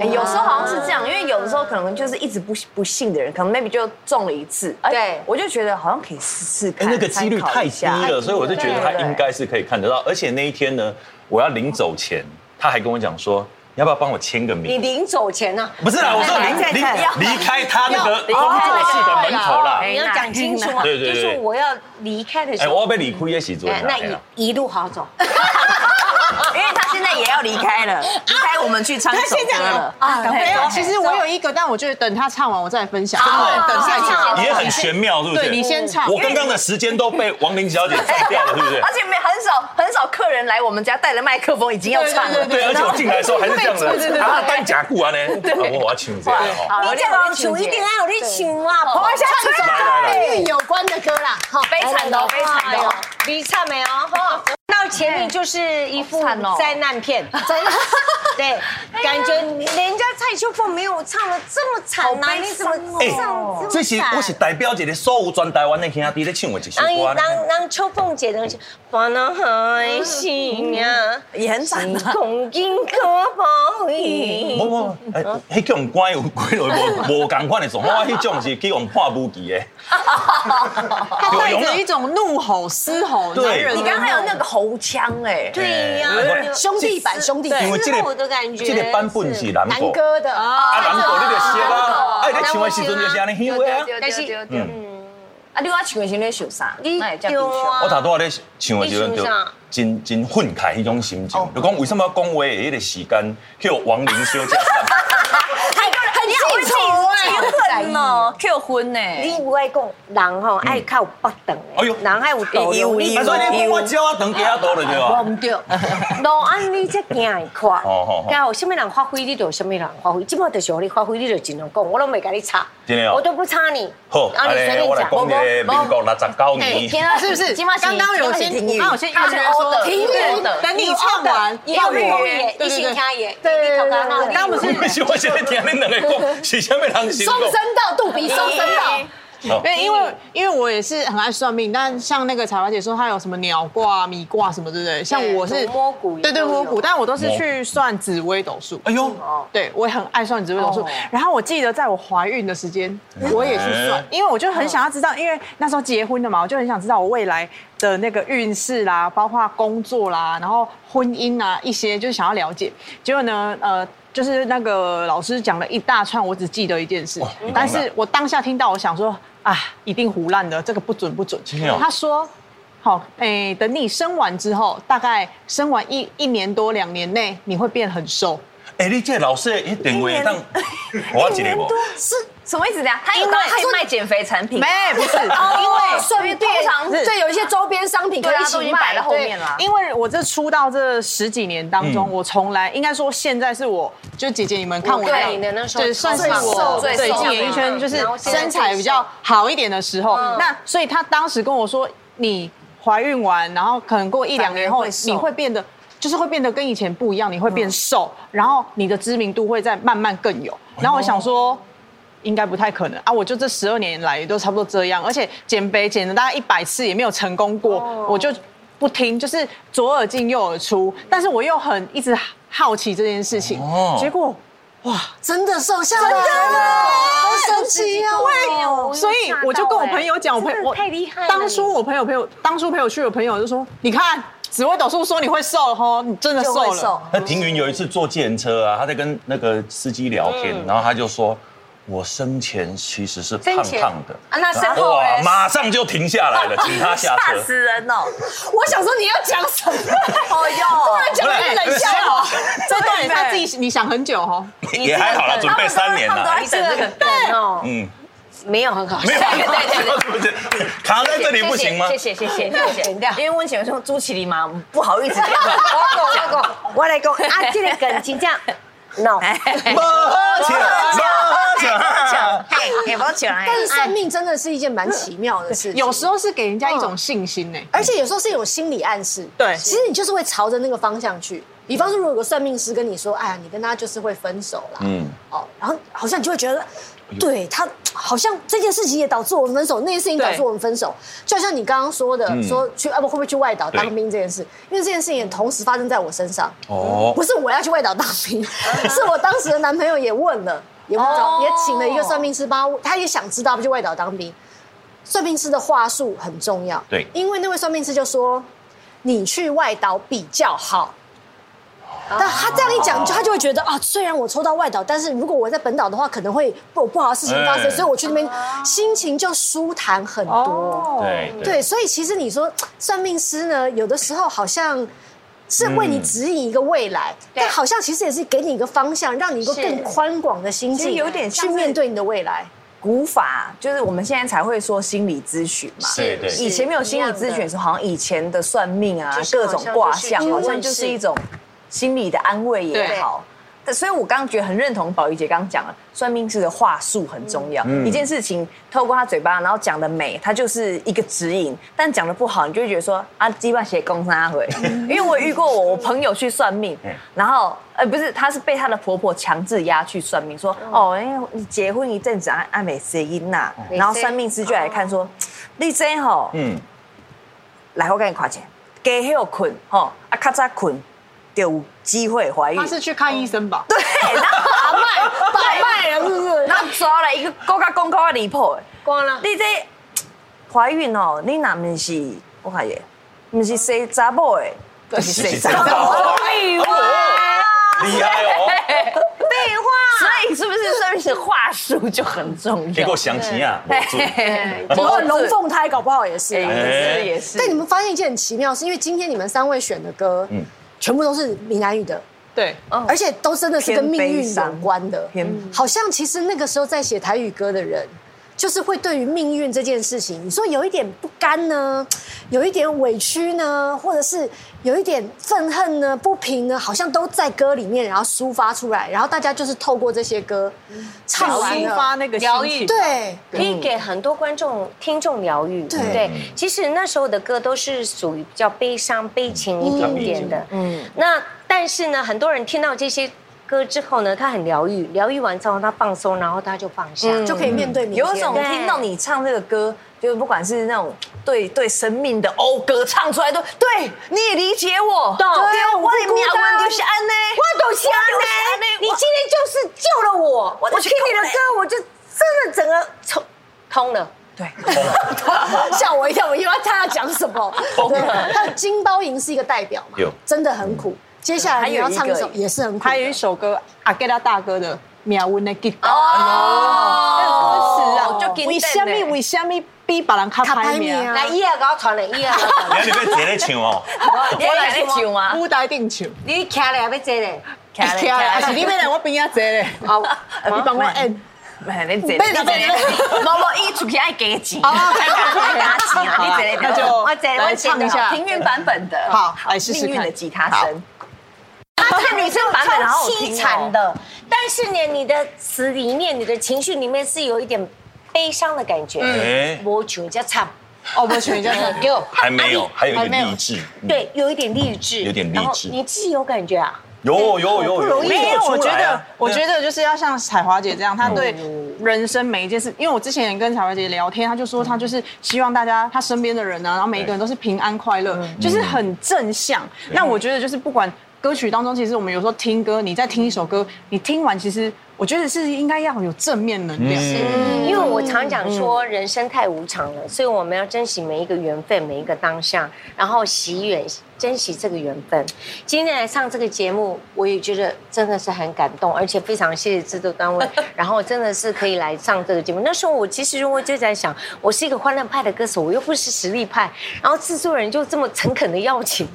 B: 哎，有时候好像是这样，因为有的时候可能就是一直不不信的人，可能 maybe 就中了一次，哎
E: 对
B: 我就觉得好像可以试试
G: 哎
B: 看，
G: 那个几率
B: 参考
G: 太
B: 一
G: 低
B: 下
G: 了，所以我就觉得他
B: 对对
G: 应该是可以看得到。而且那一天呢，我要临走前，他还跟我讲说，要不要帮我签个
E: 你
G: 名？
E: 临走前啊呢、
G: 不是啦，我说
B: 在
G: 离
B: 在
G: 离离开他那个工作室的门口啦。
B: 哎
E: 你要讲清楚啊，
G: 对对对
E: 就是我要离开的时
G: 哎，
E: 候，
G: 我要被理亏也洗足
E: 哎那一一路好走。
B: 因为他现在也要离开
E: 啊
B: 了，离开我们去唱一首歌了。哎
D: 啊，没有，其实我有一个，但我觉得等他唱完我再分享，对，等下一次。
G: 也很玄妙，对不对？
D: 哦对你先唱
G: 我刚刚的时间都被王林小姐占掉了，对不 对？
B: 而且没很少很少客人来我们家带了麦克风已经要唱了。
G: 对，而且我进来的时候还是这样
D: 对对对
G: 的，啊，单甲固啊呢，啊我我要请这个哈，
E: 你这个唱一定要有你唱啊！
D: 我们现在唱
G: 来来来
D: 跟音乐有关的歌啦，好，
B: 悲惨
E: 哎
B: 的哦，悲惨的哦。，
E: 离唱没有哈。到前面就是一副灾难片，
D: 真的。
E: 对，感觉人家蔡秋凤没有唱的这么惨呐，你怎么唱这
G: 这
E: 么
G: 是
E: 惨
G: 我？是代表一个所有全台湾的兄弟在唱我一首
E: 让
G: 歌呢。
E: 让让秋凤姐的烦恼海心啊，
B: 也很惨啊
E: 空境可否
G: 无无，哎，迄种关有几落无无共款的状况，我迄种是去用破武器的。
D: 他带着一种怒吼、嘶吼，
G: 对
D: 男人的
B: 你刚刚还有那个喉腔哎，
E: 对呀，
C: 兄弟版兄弟版
G: 因为这
E: 之后我
G: 个
E: 的感觉
G: 这个版本是南
C: 南
G: 国，
C: 哥的
G: 啊，南国你就写啊，哎，你唱的时阵就是安尼迄位啊。
B: 但是嗯，啊，你我唱的时候在想啥？
E: 你
B: 那也叫
E: 对啊，
G: 我头拄仔咧唱的时阵
E: 你
G: 就
E: 想啥
G: 真真愤慨迄种心情，就讲为什么讲话的迄个时间去有王林小姐上，
B: 你好会
C: 哎
B: 结婚哦，Q 婚呢？
E: 你不爱讲人吼爱靠北等
G: 哎呦
E: 的，人爱有道理。
B: 有
E: 你
B: 有
G: 啊所以你讲我只我长加啊多了对吧？
E: 路安你才行会快
G: 哦哦哦，
E: 然后什么人发挥，你就有什么人发挥。即马就是让你发挥，你就尽量讲，我都没跟你插
G: 真的哦，
E: 我都不插你。
G: 好，
E: 啊，
G: 安
E: 你随
G: 尼
E: 便
G: 我来
E: 讲。
G: 讲一个民国六十九年。
D: 是不是？刚刚有先，
B: 停语
D: 刚有先预约说
B: 停语
D: 语，等你唱完
E: 也有
D: 预
E: 预
D: 约
E: 约，
D: 对
E: 一
D: 对
E: 心
D: 对。
E: 听也，
C: 对
E: 你头壳脑
C: 对
E: 力
C: 对
D: 当不是
G: 为什么现在听恁两个讲是啥物人先
C: 双
G: 讲？
C: 声道，杜比双声道，
B: 哎
G: 哦
D: 对，因为因为我也是很爱算命，但像那个彩华姐说，她有什么鸟卦、米卦什么，对不对？像我是
E: 摸骨也
D: 对对
E: 都有
D: 摸骨，但我都是去算紫微斗数。
G: 哎呦，
D: 对，我也很爱算紫微斗数。然后我记得在我怀孕的时间，我也去算
G: 哎，
D: 因为我就很想要知道，因为那时候结婚了嘛，我就很想知道我未来的那个运势啦，包括工作啦，然后婚姻啊一些，就是想要了解。结果呢，呃。就是那个老师讲了一大串，我只记得一件事
G: 哇哦你，
D: 但
G: 懂
D: 是
G: 了
D: 我当下听到，我想说啊，一定胡乱的，这个不准不准
G: 真的哦。
D: 他说，好，哎，等你生完之后，大概生完一一年多两年内，你会变很瘦。
G: 哎，你这老师的电话当我 一个无，
B: 是什么意思呀？他有他有卖减肥产品，
D: 没，不是，
E: 哦
B: 因为
C: 顺便
B: 哎通常是
C: 对有一些周边商品可
B: 对
C: 以一
B: 啊，都已
C: 起
B: 经
C: 卖
B: 摆在后面了。
D: 因为我这出道这十几年当中，
G: 嗯
D: 我从来应该说现在是我，就姐姐你们看我
E: 对你的那时候
D: 对，算是
E: 最
D: 我
E: 瘦
D: 对
B: 最瘦
D: 进演艺圈就是
E: 然后现在嗯
D: 身材比较好一点的时候。那所以她当时跟我说，你怀孕完，然后可能过一两年后
B: 反而会，瘦
D: 你会变得。就是会变得跟以前不一样，你会变瘦，
E: 嗯
D: 然后你的知名度会再慢慢更有。然后我想说，应该不太可能啊！我就这十二年来也都差不多这样，而且减肥减了大概一百次也没有成功过，
E: 哦
D: 我就不听，就是左耳进右耳出，但是我又很一直好奇这件事情，
G: 哦
D: 结果
C: 真的瘦下来了，好神奇哦！
D: 所以我就跟我朋友讲，我朋
E: 欸真
D: 友
E: 的
D: 我
E: 太厉害了
D: 当初我朋友朋友当初陪我去的朋友就说，你看紫微斗数说你会瘦吼，你真的
B: 就
D: 瘦
B: 会
D: 了
B: 瘦。，
G: 那庭云有一次坐计程车啊，他在跟那个司机聊天，
B: 嗯
G: 然后他就说。我生前其实是胖胖的，
B: 啊那身后
G: 哇，
B: 嘞
G: 马上就停下来了，请他 下
B: 吓
G: 车。
B: 死人哦！
C: 我想说你要讲什么？
B: 哦哟，
D: 讲了一
G: 哎
D: 个冷笑 话，这段也是他自己你想很久哦。
G: 也还好啦，准备三年
B: 他们都
E: 哎
G: 啦。
B: 在等这个
E: 对哦，
G: 嗯，
E: 没有很好笑
G: 没有，不是卡在这里不行吗
E: 谢？谢谢谢谢谢，剪掉。
B: 因为温姐说朱启林嘛，不好 意思讲，
E: 我讲我讲，我来讲啊，这个梗真正 no，
G: 不喝酒，不喝酒。
B: 也不要讲哎
C: 但。是算命真的是一件蛮奇妙的事情，
D: 有时候是给人家一
E: 嗯
D: 种信心欸呢、
C: 而且有时候是有心理暗示。
D: 对
C: 其实你就是会朝着那个方向去。比方说，如果有个算命师跟你说：“哎呀，你跟他就是会分手啦。”嗯
G: 嗯，哎
C: 哦，然后好像你就会觉得，对他好像这件事情也导致我们分手，那件事情导致我们分手。就好像你刚刚说的，说去啊不会不会去外岛
G: 嗯对
C: 当兵这件事，因为这件事情也同时发生在我身上。
G: 哦
C: 不，是我要去外岛当 兵，是我当时的男朋友也问了，也问
G: 哦
C: 找，也请了一个算命师帮他，他也想知道要不去外岛当兵。算命师的话术很重要，
G: 对
C: 因为那位算命师就说你去外岛比较好。
G: 哦
C: 但他这样一讲，他就会觉得啊，虽然我抽到外岛，但是如果我在本岛的话，可能会有不好的事情发生，
G: 哎
C: 所以我去那边心情就舒坦很多。
D: 哦，
G: 对
C: 对，所以其实你说算命师呢，有的时候好像是为
B: 嗯
C: 你指引一个未来，
E: 对
C: 但好像其实也是给你一个方向，让你一个
E: 是
C: 更宽广的心
B: 其
C: 境，
B: 实有点像
C: 去
B: 是
C: 面对你的未 来。
B: 古法就是我们现在才会说心理咨询嘛，
G: 对对
E: 是
B: 以前没有心理咨询的时候，好像以前的算命啊
E: 就，是
B: 各种卦象，好
E: 好像就是
B: 像就是一种心理的安慰也好。但所以，我刚刚觉得很认同宝仪姐刚刚讲了，算命师的话术很重要。
G: 嗯
B: 一件事情透过他嘴巴，然后讲的美，他就是一个指引；但讲的不好，你就会觉得说啊，鸡巴写公三回。
D: 嗯
B: 因为我也遇过我我朋友去算命
G: 嗯，
B: 然后呃不是，她是被她的婆婆强制压去算命，说
D: 嗯
B: 哦，因为你结婚一阵子啊，爱美谁因呐，然后算命师就来看
D: 哦
B: 说，你这吼。
G: 嗯，
B: 来，我给你看钱，加休困吼，啊，较早困就有机会怀孕
D: 他。是去看医生吧？
B: 对，然后阿麦
C: 摆卖了是不是？
B: 然后抓了一个更加公告离谱的，
E: 光了。
B: 你这怀孕哦，你若毋是，我看下，毋是生查某的，就是生查某的。
G: 废话，厉害哦，
B: 废话，所以是不是算是话术就很重
G: 给
B: 要
G: 我？详情啊，我做
E: 对
C: 不过龙凤胎搞不好也是啊。
B: 哦哎，也是
C: 但你
B: 也是。
C: 们发现一件很奇妙，是因为今天你们三位选的歌，
G: 嗯
C: 全部都是闽南语的，
D: 对，
C: 而且都真的是跟命
B: 偏悲
C: 运有
B: 伤
C: 关的。
B: 哦偏
C: 好像其实那个时候在写台语歌的人，就是会对于命运这件事情，你说有一点不甘呢，有一点委屈呢，或者是有一点愤恨呢、不平呢，好像都在歌里面，然后抒发出来，然后大家就是透过这些歌唱完
D: 抒发
C: 了，
D: 那个心
E: 疗愈
D: 情。
C: 对，
E: 可以给很多观众、听众疗愈，
C: 对
E: 对不对？其实那时候的歌都是属于比较悲伤、悲情一点点的，嗯。那但是呢，很多人听到这些歌之后呢，他很疗愈，疗愈完之后他放松，然后他就放下。
C: 就可以面对明天。
B: 嗯有一种听到你唱这个歌，就是不管是那种对对生命的讴歌，唱出来都对，你也理解我，
E: 懂
B: 对啊，
E: 对
B: 我的
E: 我不孤
B: 命
E: 单
B: 运就是安呢，我都是安呢，
E: 你今
C: 哎
E: 天就是救了我，我
B: 我
E: 听你的歌，
B: 歌，我就真的整个
E: 通通了。
C: 吓我一跳，我以为他要讲什 么。对，他金包银是一个代表嘛
G: 有，嗯
C: 真的很苦。接下来你要唱一
B: 还
C: 首
B: 有一个
C: 也是很苦的，
D: 还有一首歌阿盖拉大哥的《秒温的吉他》，
B: 哦
D: 那
B: 哦
D: 个歌词
B: 就
D: 啊，
B: 经典
D: 为什
B: 呢
D: 么为什么比别人卡拍
C: 较歹命
D: 面？
C: 啊
E: 来，一二给我传了，一二给我 传了。
G: 你看你被谁在抢哦？
B: 我来你唱 吗？
D: 舞台定球，
E: 你卡了要不这嘞？
B: 徛
D: 徛 嘞，还是你要来我边啊坐嘞？
E: 哦，
D: 你帮我按。
B: 哎，你坐咧，
D: 别
B: 你坐咧，无无，伊出去爱加钱，
E: 哦
B: 爱加钱啊，你坐咧，
D: 那就
B: 我坐咧，我
D: 来
B: 记得
D: 唱一下
B: 平原版本的，
D: 好来试试看
B: 命运的吉他声，
E: 他看你是
B: 版本好好听哦
E: 凄惨的，但是呢，你的词里面、你的情绪里面是有一点悲伤的感觉。
G: 哎
E: 我求叫惨，
D: 哦，我选一下这个。
E: 给我
G: 还没有
E: 啊，
G: 还有
E: 没
G: 一点励志，嗯
E: 对，有一点励志，
G: 有点励志
E: 然后你自己有感觉啊？
G: 有有有有，
D: 没有，哦嗯我觉
G: 出来
D: 得
G: 啊，
D: 我觉得就是要像彩华姐这样，她对人生每一件事，因为我之前也跟彩华姐聊天，她就说她就是希望大家她身边的人呢、啊然后每一个人都是平安快乐，就是很正向。那我觉得就是不管歌曲当中，其实我们有时候听歌，你在听一首歌，你听完其实我觉得是应该要有正面能量。
E: 因为我常讲说人生太无常了，所以我们要珍惜每一个缘分，每一个当下，然后惜缘，珍惜这个缘分。今天来上这个节目，我也觉得真的是很感动，而且非常谢谢制作单位，然后真的是可以来上这个节目。那时候我其实我就在想，我是一个欢乐派的歌手，我又不是实力派，然后制作人就这么诚恳的邀请，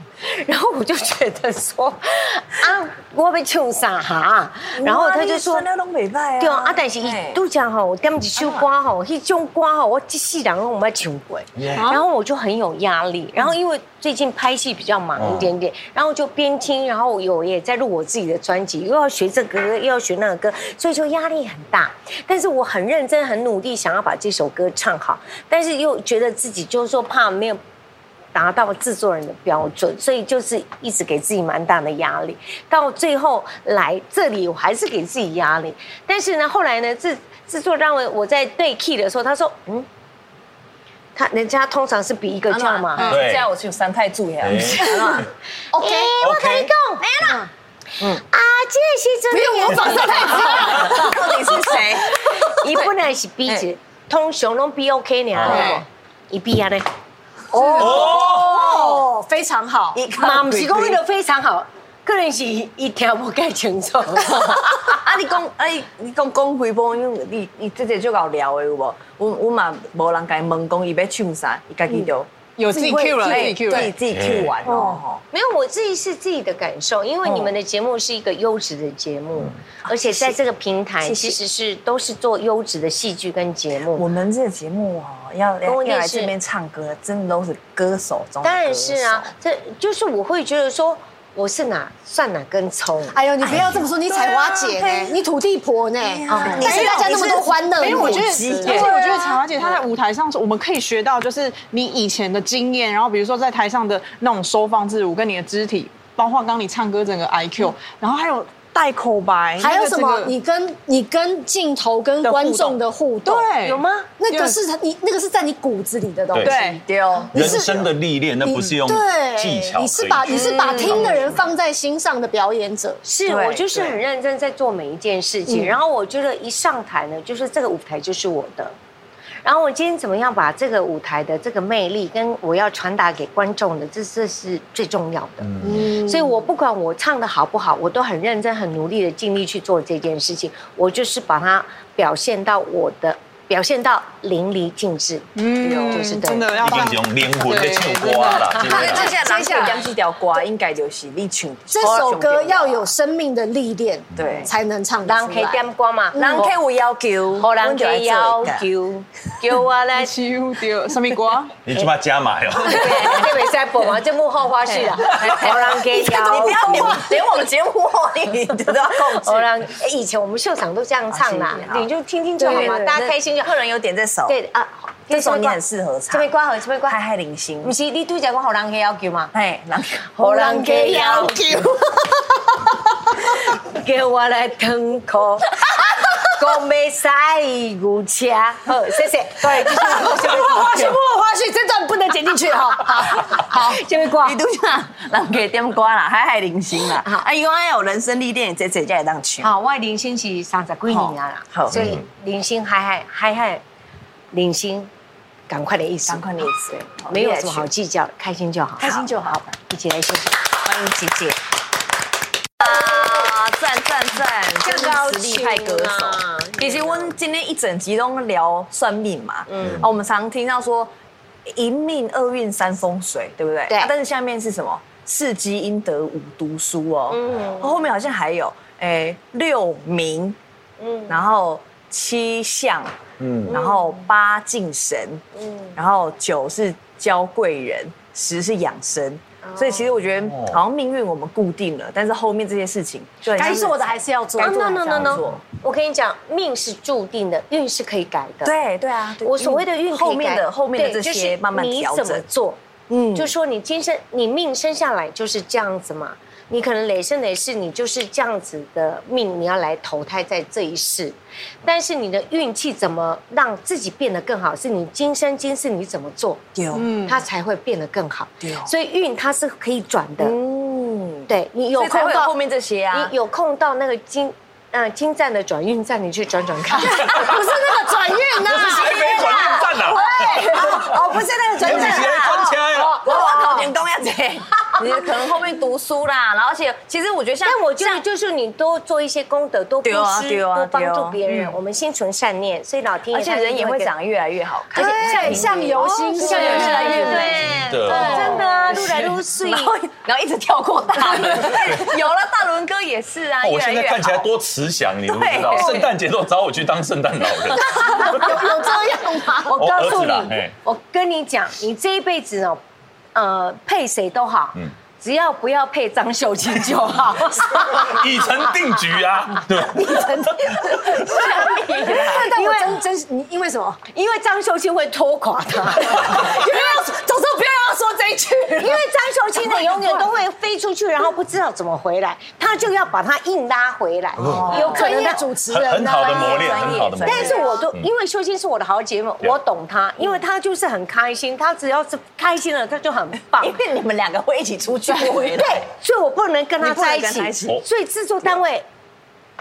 E: 然后我就觉得说啊，我被唱啥哈？然后他就说。
B: 东北派
E: 对啊，啊，啊但是伊
B: 哎
E: 拄则吼，有点一首歌吼，迄种歌吼，我一世人拢毋捌唱过。然后我就很有压力，然后因为最近拍戏比较忙一点点，然后就边听，然后有也在录我自己的专辑，又要学这个歌，又要学那个歌，所以就压力很大。但是我很认真、很努力，想要把这首歌唱好，但是又觉得自己就是说怕没有达到制作人的标准，所以就是一直给自己蛮大的压力。到最后来这里，我还是给自己压力。但是呢，后来呢，制制作单位我在对 key 的时候，他说，嗯，他人家通常是比一个
B: 啊
E: 叫嘛，
G: 对
B: 这样嗯我去三太住呀，
E: OK，我
D: 哎
E: 跟你
G: OK
E: 讲，哎啦，啊，这是真的。
C: 不用模仿上太 子了。
B: 到底是谁？
E: 伊本来是比一个，通常拢比 OK 尔，伊比啊安尼，
C: 哦，非常好。
E: 嘛毋是讲伊就非常好，个人是伊听无够清楚。
B: 啊，你讲，啊，你你讲讲几波，因为你你直接就搞聊的有无？我我嘛无人甲伊问讲伊要唱啥，伊家己就
D: 有自己
C: 自己
D: Q 了，
C: 会对
D: 自己 Q 了。
B: 自己自己去玩
E: 哎
B: 哦。
E: 没有，我自己是自己的感受，因为你们的节目是一个优质的节目，而且在这个平台
B: 嗯谢谢
E: 其实是都是做优质的戏剧跟节目
B: 我。们这个节目哦，要
E: 跟
B: 要
E: 我也是
B: 要来这边唱歌，真的都是歌手中的歌手。
E: 当然是啊，这就是我会觉得说我是哪算哪根葱。
C: 哎呦，你不要这么说，你采花姐
B: 对
D: 哎
B: 啊
C: 呢，你土地婆呢，
E: 啊
C: 但是大家那么多欢乐，
D: 因为我觉得，而
C: 你
D: 且我觉得彩华姐她在舞台上，我们可以学到就是你以前的经验，然后比如说在台上的那种收放自如，跟你的肢体，包括刚你唱歌整个 IQ，然后还有带口白，
C: 嗯还有什
D: 那
C: 么
D: 个？整个
C: 你跟你跟镜头跟观众的互动，
B: 哎
D: 对
E: 有吗？
C: 那个是你那个是在你骨子里的东西。
G: 对
D: 对，
B: 丢，
C: 你
G: 人
C: 是
G: 生的历练，那
C: 你
G: 不是用
C: 对
G: 技巧可以，嗯
C: 你是把你是把听的人放在心上的表演者，
E: 是
B: 对
E: 我就是很认真在做每一件事情，然后我觉得一上台呢，就是这个舞台就是我的。然后我今天怎么样把这个舞台的这个魅力跟我要传达给观众的，这这是最重要的。
C: 嗯，
E: 所以我不管我唱的好不好，我都很认真、很努力的尽力去做这件事情。我就是把它表现到我的，表现到淋漓尽致。嗯，就是这
D: 真
E: 样。
D: 的要
G: 一定
D: 让
G: 是用灵魂在唱歌啊啦，真
B: 那
G: 的
B: 接
G: 啦
B: 下来
C: 接下来
B: 咱们这条歌应该就是你唱。
C: 这首歌要有生命的历练，
B: 对
C: 才能唱得
E: 人
C: 出
E: 可以
C: 来。
E: 点歌嘛，
B: 人客有要求，
E: 荷人可以要求，叫我来
D: 丢丢 什么歌？
G: 你起码加码哟。
E: 这没在播嘛，这幕后花 絮啦，啊荷兰给
B: 你
E: 腰
B: 不要连连我们节目你都要控
E: 荷
B: 制。
E: 兰哎以前我们秀场都这样唱啦
B: 啊是，是
E: 你就听听就好嘛，大家开心就好
B: 客。人有点这首，
E: 对啊，
B: 这首你很适合唱
E: 这。边嗯关好，这边关
B: 嗨
E: 好。
B: 嗨零星
E: 不，是你拄则讲荷兰给要求嘛？
B: 哎，人
E: 荷兰给要 求，叫我来腾 空。讲袂使牛车，好，谢谢。对，就是
C: 花絮，幕后花絮，这段不能剪进去哦哈。 好，
E: 这边挂
B: 你。都像人给点歌啦，嗨嗨零星啦。啊，因为有人生历练，这这才会当唱。
E: 好，啊
C: 哦
E: 我的人生是三十几年啊啦，
B: 好
E: 所
C: 嗯
E: 以人生海海海海，人生赶快的意思，
B: 赶快的意思好
E: 没有什么好计较的，开心就好，
C: 开心就好，
E: 一起来欣赏。
B: 欢迎姐姐。啊，赞赞赞，真是实力派歌手。
E: 啊
B: 其实我们今天一整集都聊算命嘛，嗯，啊，我们常听到说一命二运三风水，对不对？
E: 对
B: 啊但是下面是什么？四积阴德五读书哦，嗯，后面好像还有哎六名，嗯，然后七相，
G: 嗯，
B: 然后八敬神，嗯，然后九是教贵人，十是养生。所以其实我觉得
G: 哦，
B: 好像命运我们固定了，但是后面这些事情，对，
C: 该做的还是要做
E: 啊。no no no
B: 这样
E: no，
B: 做
E: 我跟你讲，命是注定的，运是可以改的。，
B: 对对啊，对
E: 我所谓的运可以改
B: 后面的后面的这
E: 对就
B: 些
E: 是
B: 慢慢调
E: 你怎么
B: 整，
E: 做？
B: 嗯，
E: 就说你今生你命生下来就是这样子嘛，你可能累生累世你就是这样子的命，你要来投胎在这一世，但是你的运气怎么让自己变得更好，是你今生今世你怎么做，
B: 丢
E: 它才会变得更好。
B: 嗯对哦
E: 所以运它是可以转的，
B: 嗯，
E: 对你有
B: 所以才
E: 空
B: 会有
E: 到
B: 后面这些啊
E: 你，有空到那个金。嗯，金站的转运站，你去转转 看。
C: 不是那个转运啊呐，
G: 台 北转运站呐，
B: 哦，不是那个
G: 你
B: 转
G: 不是
B: 正
G: 在
B: 啦
G: 转。车呀？
B: 我我考点东亚 姐，你可能后面读书啦，然后而且其实我觉得像，
E: 但我觉得就是你多做一些功德，多布
B: 对啊
E: 施，
B: 对啊
E: 多帮
B: 对
E: 助
B: 啊
E: 别人，我们心存善念，所以老天
B: 而
E: 爷
B: 且
E: 他一
B: 人
E: 定
B: 也会
E: 给
B: 长得越来越好看，
C: 对，像游星，
B: 哦
C: 像
E: 对
C: 游
E: 对
C: 星
E: 对
C: 来
E: 对
G: 真的
E: 真的啊，撸来撸碎。
B: 然后然后一直跳过 大轮，有了大轮哥也是啊，
G: 哦
B: 越
G: 我
B: 来
G: 现在
B: 越
G: 看起来
B: 好
G: 多慈祥，你知不知道？
B: 对
G: 圣诞节都找我去当圣诞老人，
C: 有这样吗？
E: 我告
G: 儿
E: 诉
G: 子啦
E: 你
G: 嘿，
E: 我跟你讲，你这一辈子哦，呃，配谁都好，
G: 嗯
E: 只要不要配张秀清就好。
G: 已成定局啊！对，
C: 但但我真真是你因为什么？
E: 因为张秀清会拖垮他。
C: 不要总之不要说这一句
E: 因为张秀清的永远都会飞出去，然后不知道怎么回来，他就要把他硬拉回来，有可
C: 专
E: 能
C: 业
E: 他
C: 主持
G: 很
C: 人
G: 很
C: 呐
G: 好的磨练，很好的磨
E: 但
G: 练。
E: 是我都因为秀清是我的好姐妹，
G: 嗯 Yeah 嗯
E: 我懂她，因为她就是很开心，她只要是开心了，她就很棒。
B: 因为你们两个会一起出去回来，
E: 对，所以我不能跟她
B: 你不能
E: 在一
B: 跟她一
E: 起
B: 起。
G: 哦
E: 所以制作单位，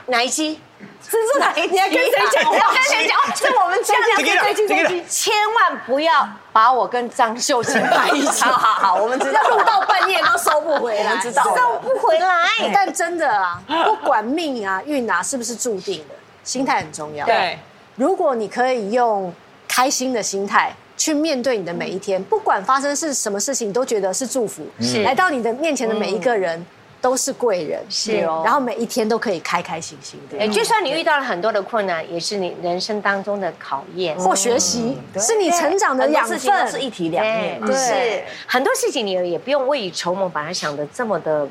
E: 哪一期？制作单位，
B: 你还跟谁讲话
E: 你还跟谁讲话？是我们家
G: 这个
E: 两
G: 啦
E: 个最近
G: 这个
E: 最
G: 啦
E: 近，千万不要把我跟张秀 清在一起，
B: 好好好，我们知道
C: 录到半夜都收不回来，
B: 我们知道了
E: 收不回来。
C: 但真的 啊，不管命啊、运啊，是不是注定的，心态很重要。
D: 对，
C: 如果你可以用开心的心态去面对你的每一天，不管发生是什么事情，你都觉嗯得是祝福。
E: 是
C: 来到你的面前的每一个人都是贵人，
E: 是哦
C: 然后每一天都可以开开心心的。
E: 哎，
G: 嗯
E: 就算你遇到了很多的困难，也是你人生当中的考验。
G: 嗯
C: 或学习 是你成长的
B: 很多
C: 养
B: 事情都
C: 分，
B: 是一体两面嘛。
E: 对，是很多事情你也不用未雨绸缪，把它想的这么的，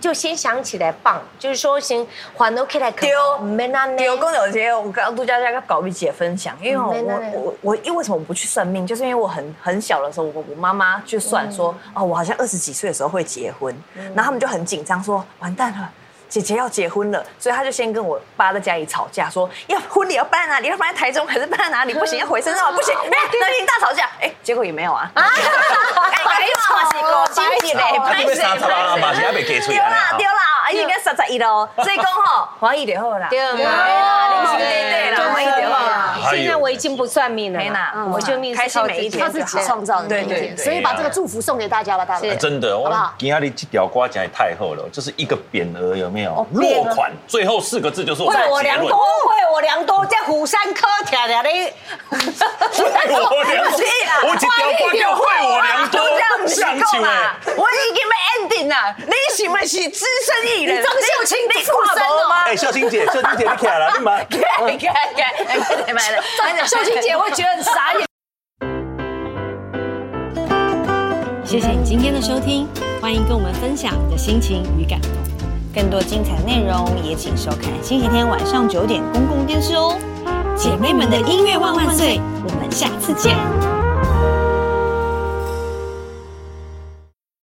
E: 就先想起来棒，就是说先还都起来可
B: 丢
E: 没那
B: 有跟有些我跟杜佳佳跟搞一姐分享，因为哦
E: 嗯没
B: 我我我因为为什么我不去算命，就是因为我很很小的时候，我我妈妈就算说
E: 嗯
B: 哦，我好像二十几岁的时候会结婚，然后他们就很紧张说完蛋了。姐姐要结婚了，所以她就先跟我爸在家里吵架，说要婚礼要办在啊哪里，要办在台中还是办在哪里？
E: 嗯
B: 不行，要回深圳吗？不行，哎、南京大吵架，哎、结果也没有啊。 啊，
E: 哦
G: 啊你被杀惨啊，马西亚被给出
B: 对
G: 来
B: 啦
G: 了
B: 对。啦，啊应该三十一咯，所以讲吼，欢喜就好啦。
E: 对
B: 对啦，你是对对
E: 啊
B: 啦，欢喜就好啦。
G: 哎呦
E: 现在我已经不算命了
B: 没啦
E: 啦，嗯我就命
B: 嗯
E: 是
B: 开心
E: 靠
B: 每一天
C: 他
E: 靠
C: 自
E: 自
C: 己
E: 己
C: 创造的那一
B: 对
C: 天，
B: 对对
C: 所以把这个祝福送给大家吧，大
E: 是
C: 家。
G: 啊哎真的，哦
C: 好不
G: 我
C: 好
G: 今天你这条瓜讲也太厚了，就是一个匾额有没有？落款最后四个字就是我
E: 为
G: 们
E: 了
G: 的
E: 我
G: 结
E: 良
G: 论
E: 多。，为我良多，在虎山科条条的，
G: 我良多，我一条瓜叫坏我良多，
B: 上
G: 上
B: 够
G: 球
B: 啦
G: 哎！！
B: 我已经没 ending 啦，你是不是资深艺人？
C: 你张秀清
B: 你
C: 附身哦
B: 看无吗？
G: 哎，秀清姐，秀清姐你起来了，你妈。
B: 看看看，买了，
C: 秀清姐会觉得很傻眼。
A: 谢谢你今天的收听，欢迎跟我们分享你的心情与感动。
H: 更多精彩内容也请收看星期天晚上九点公共电视哦。
A: 姐妹们的音乐万万岁，我们下次见。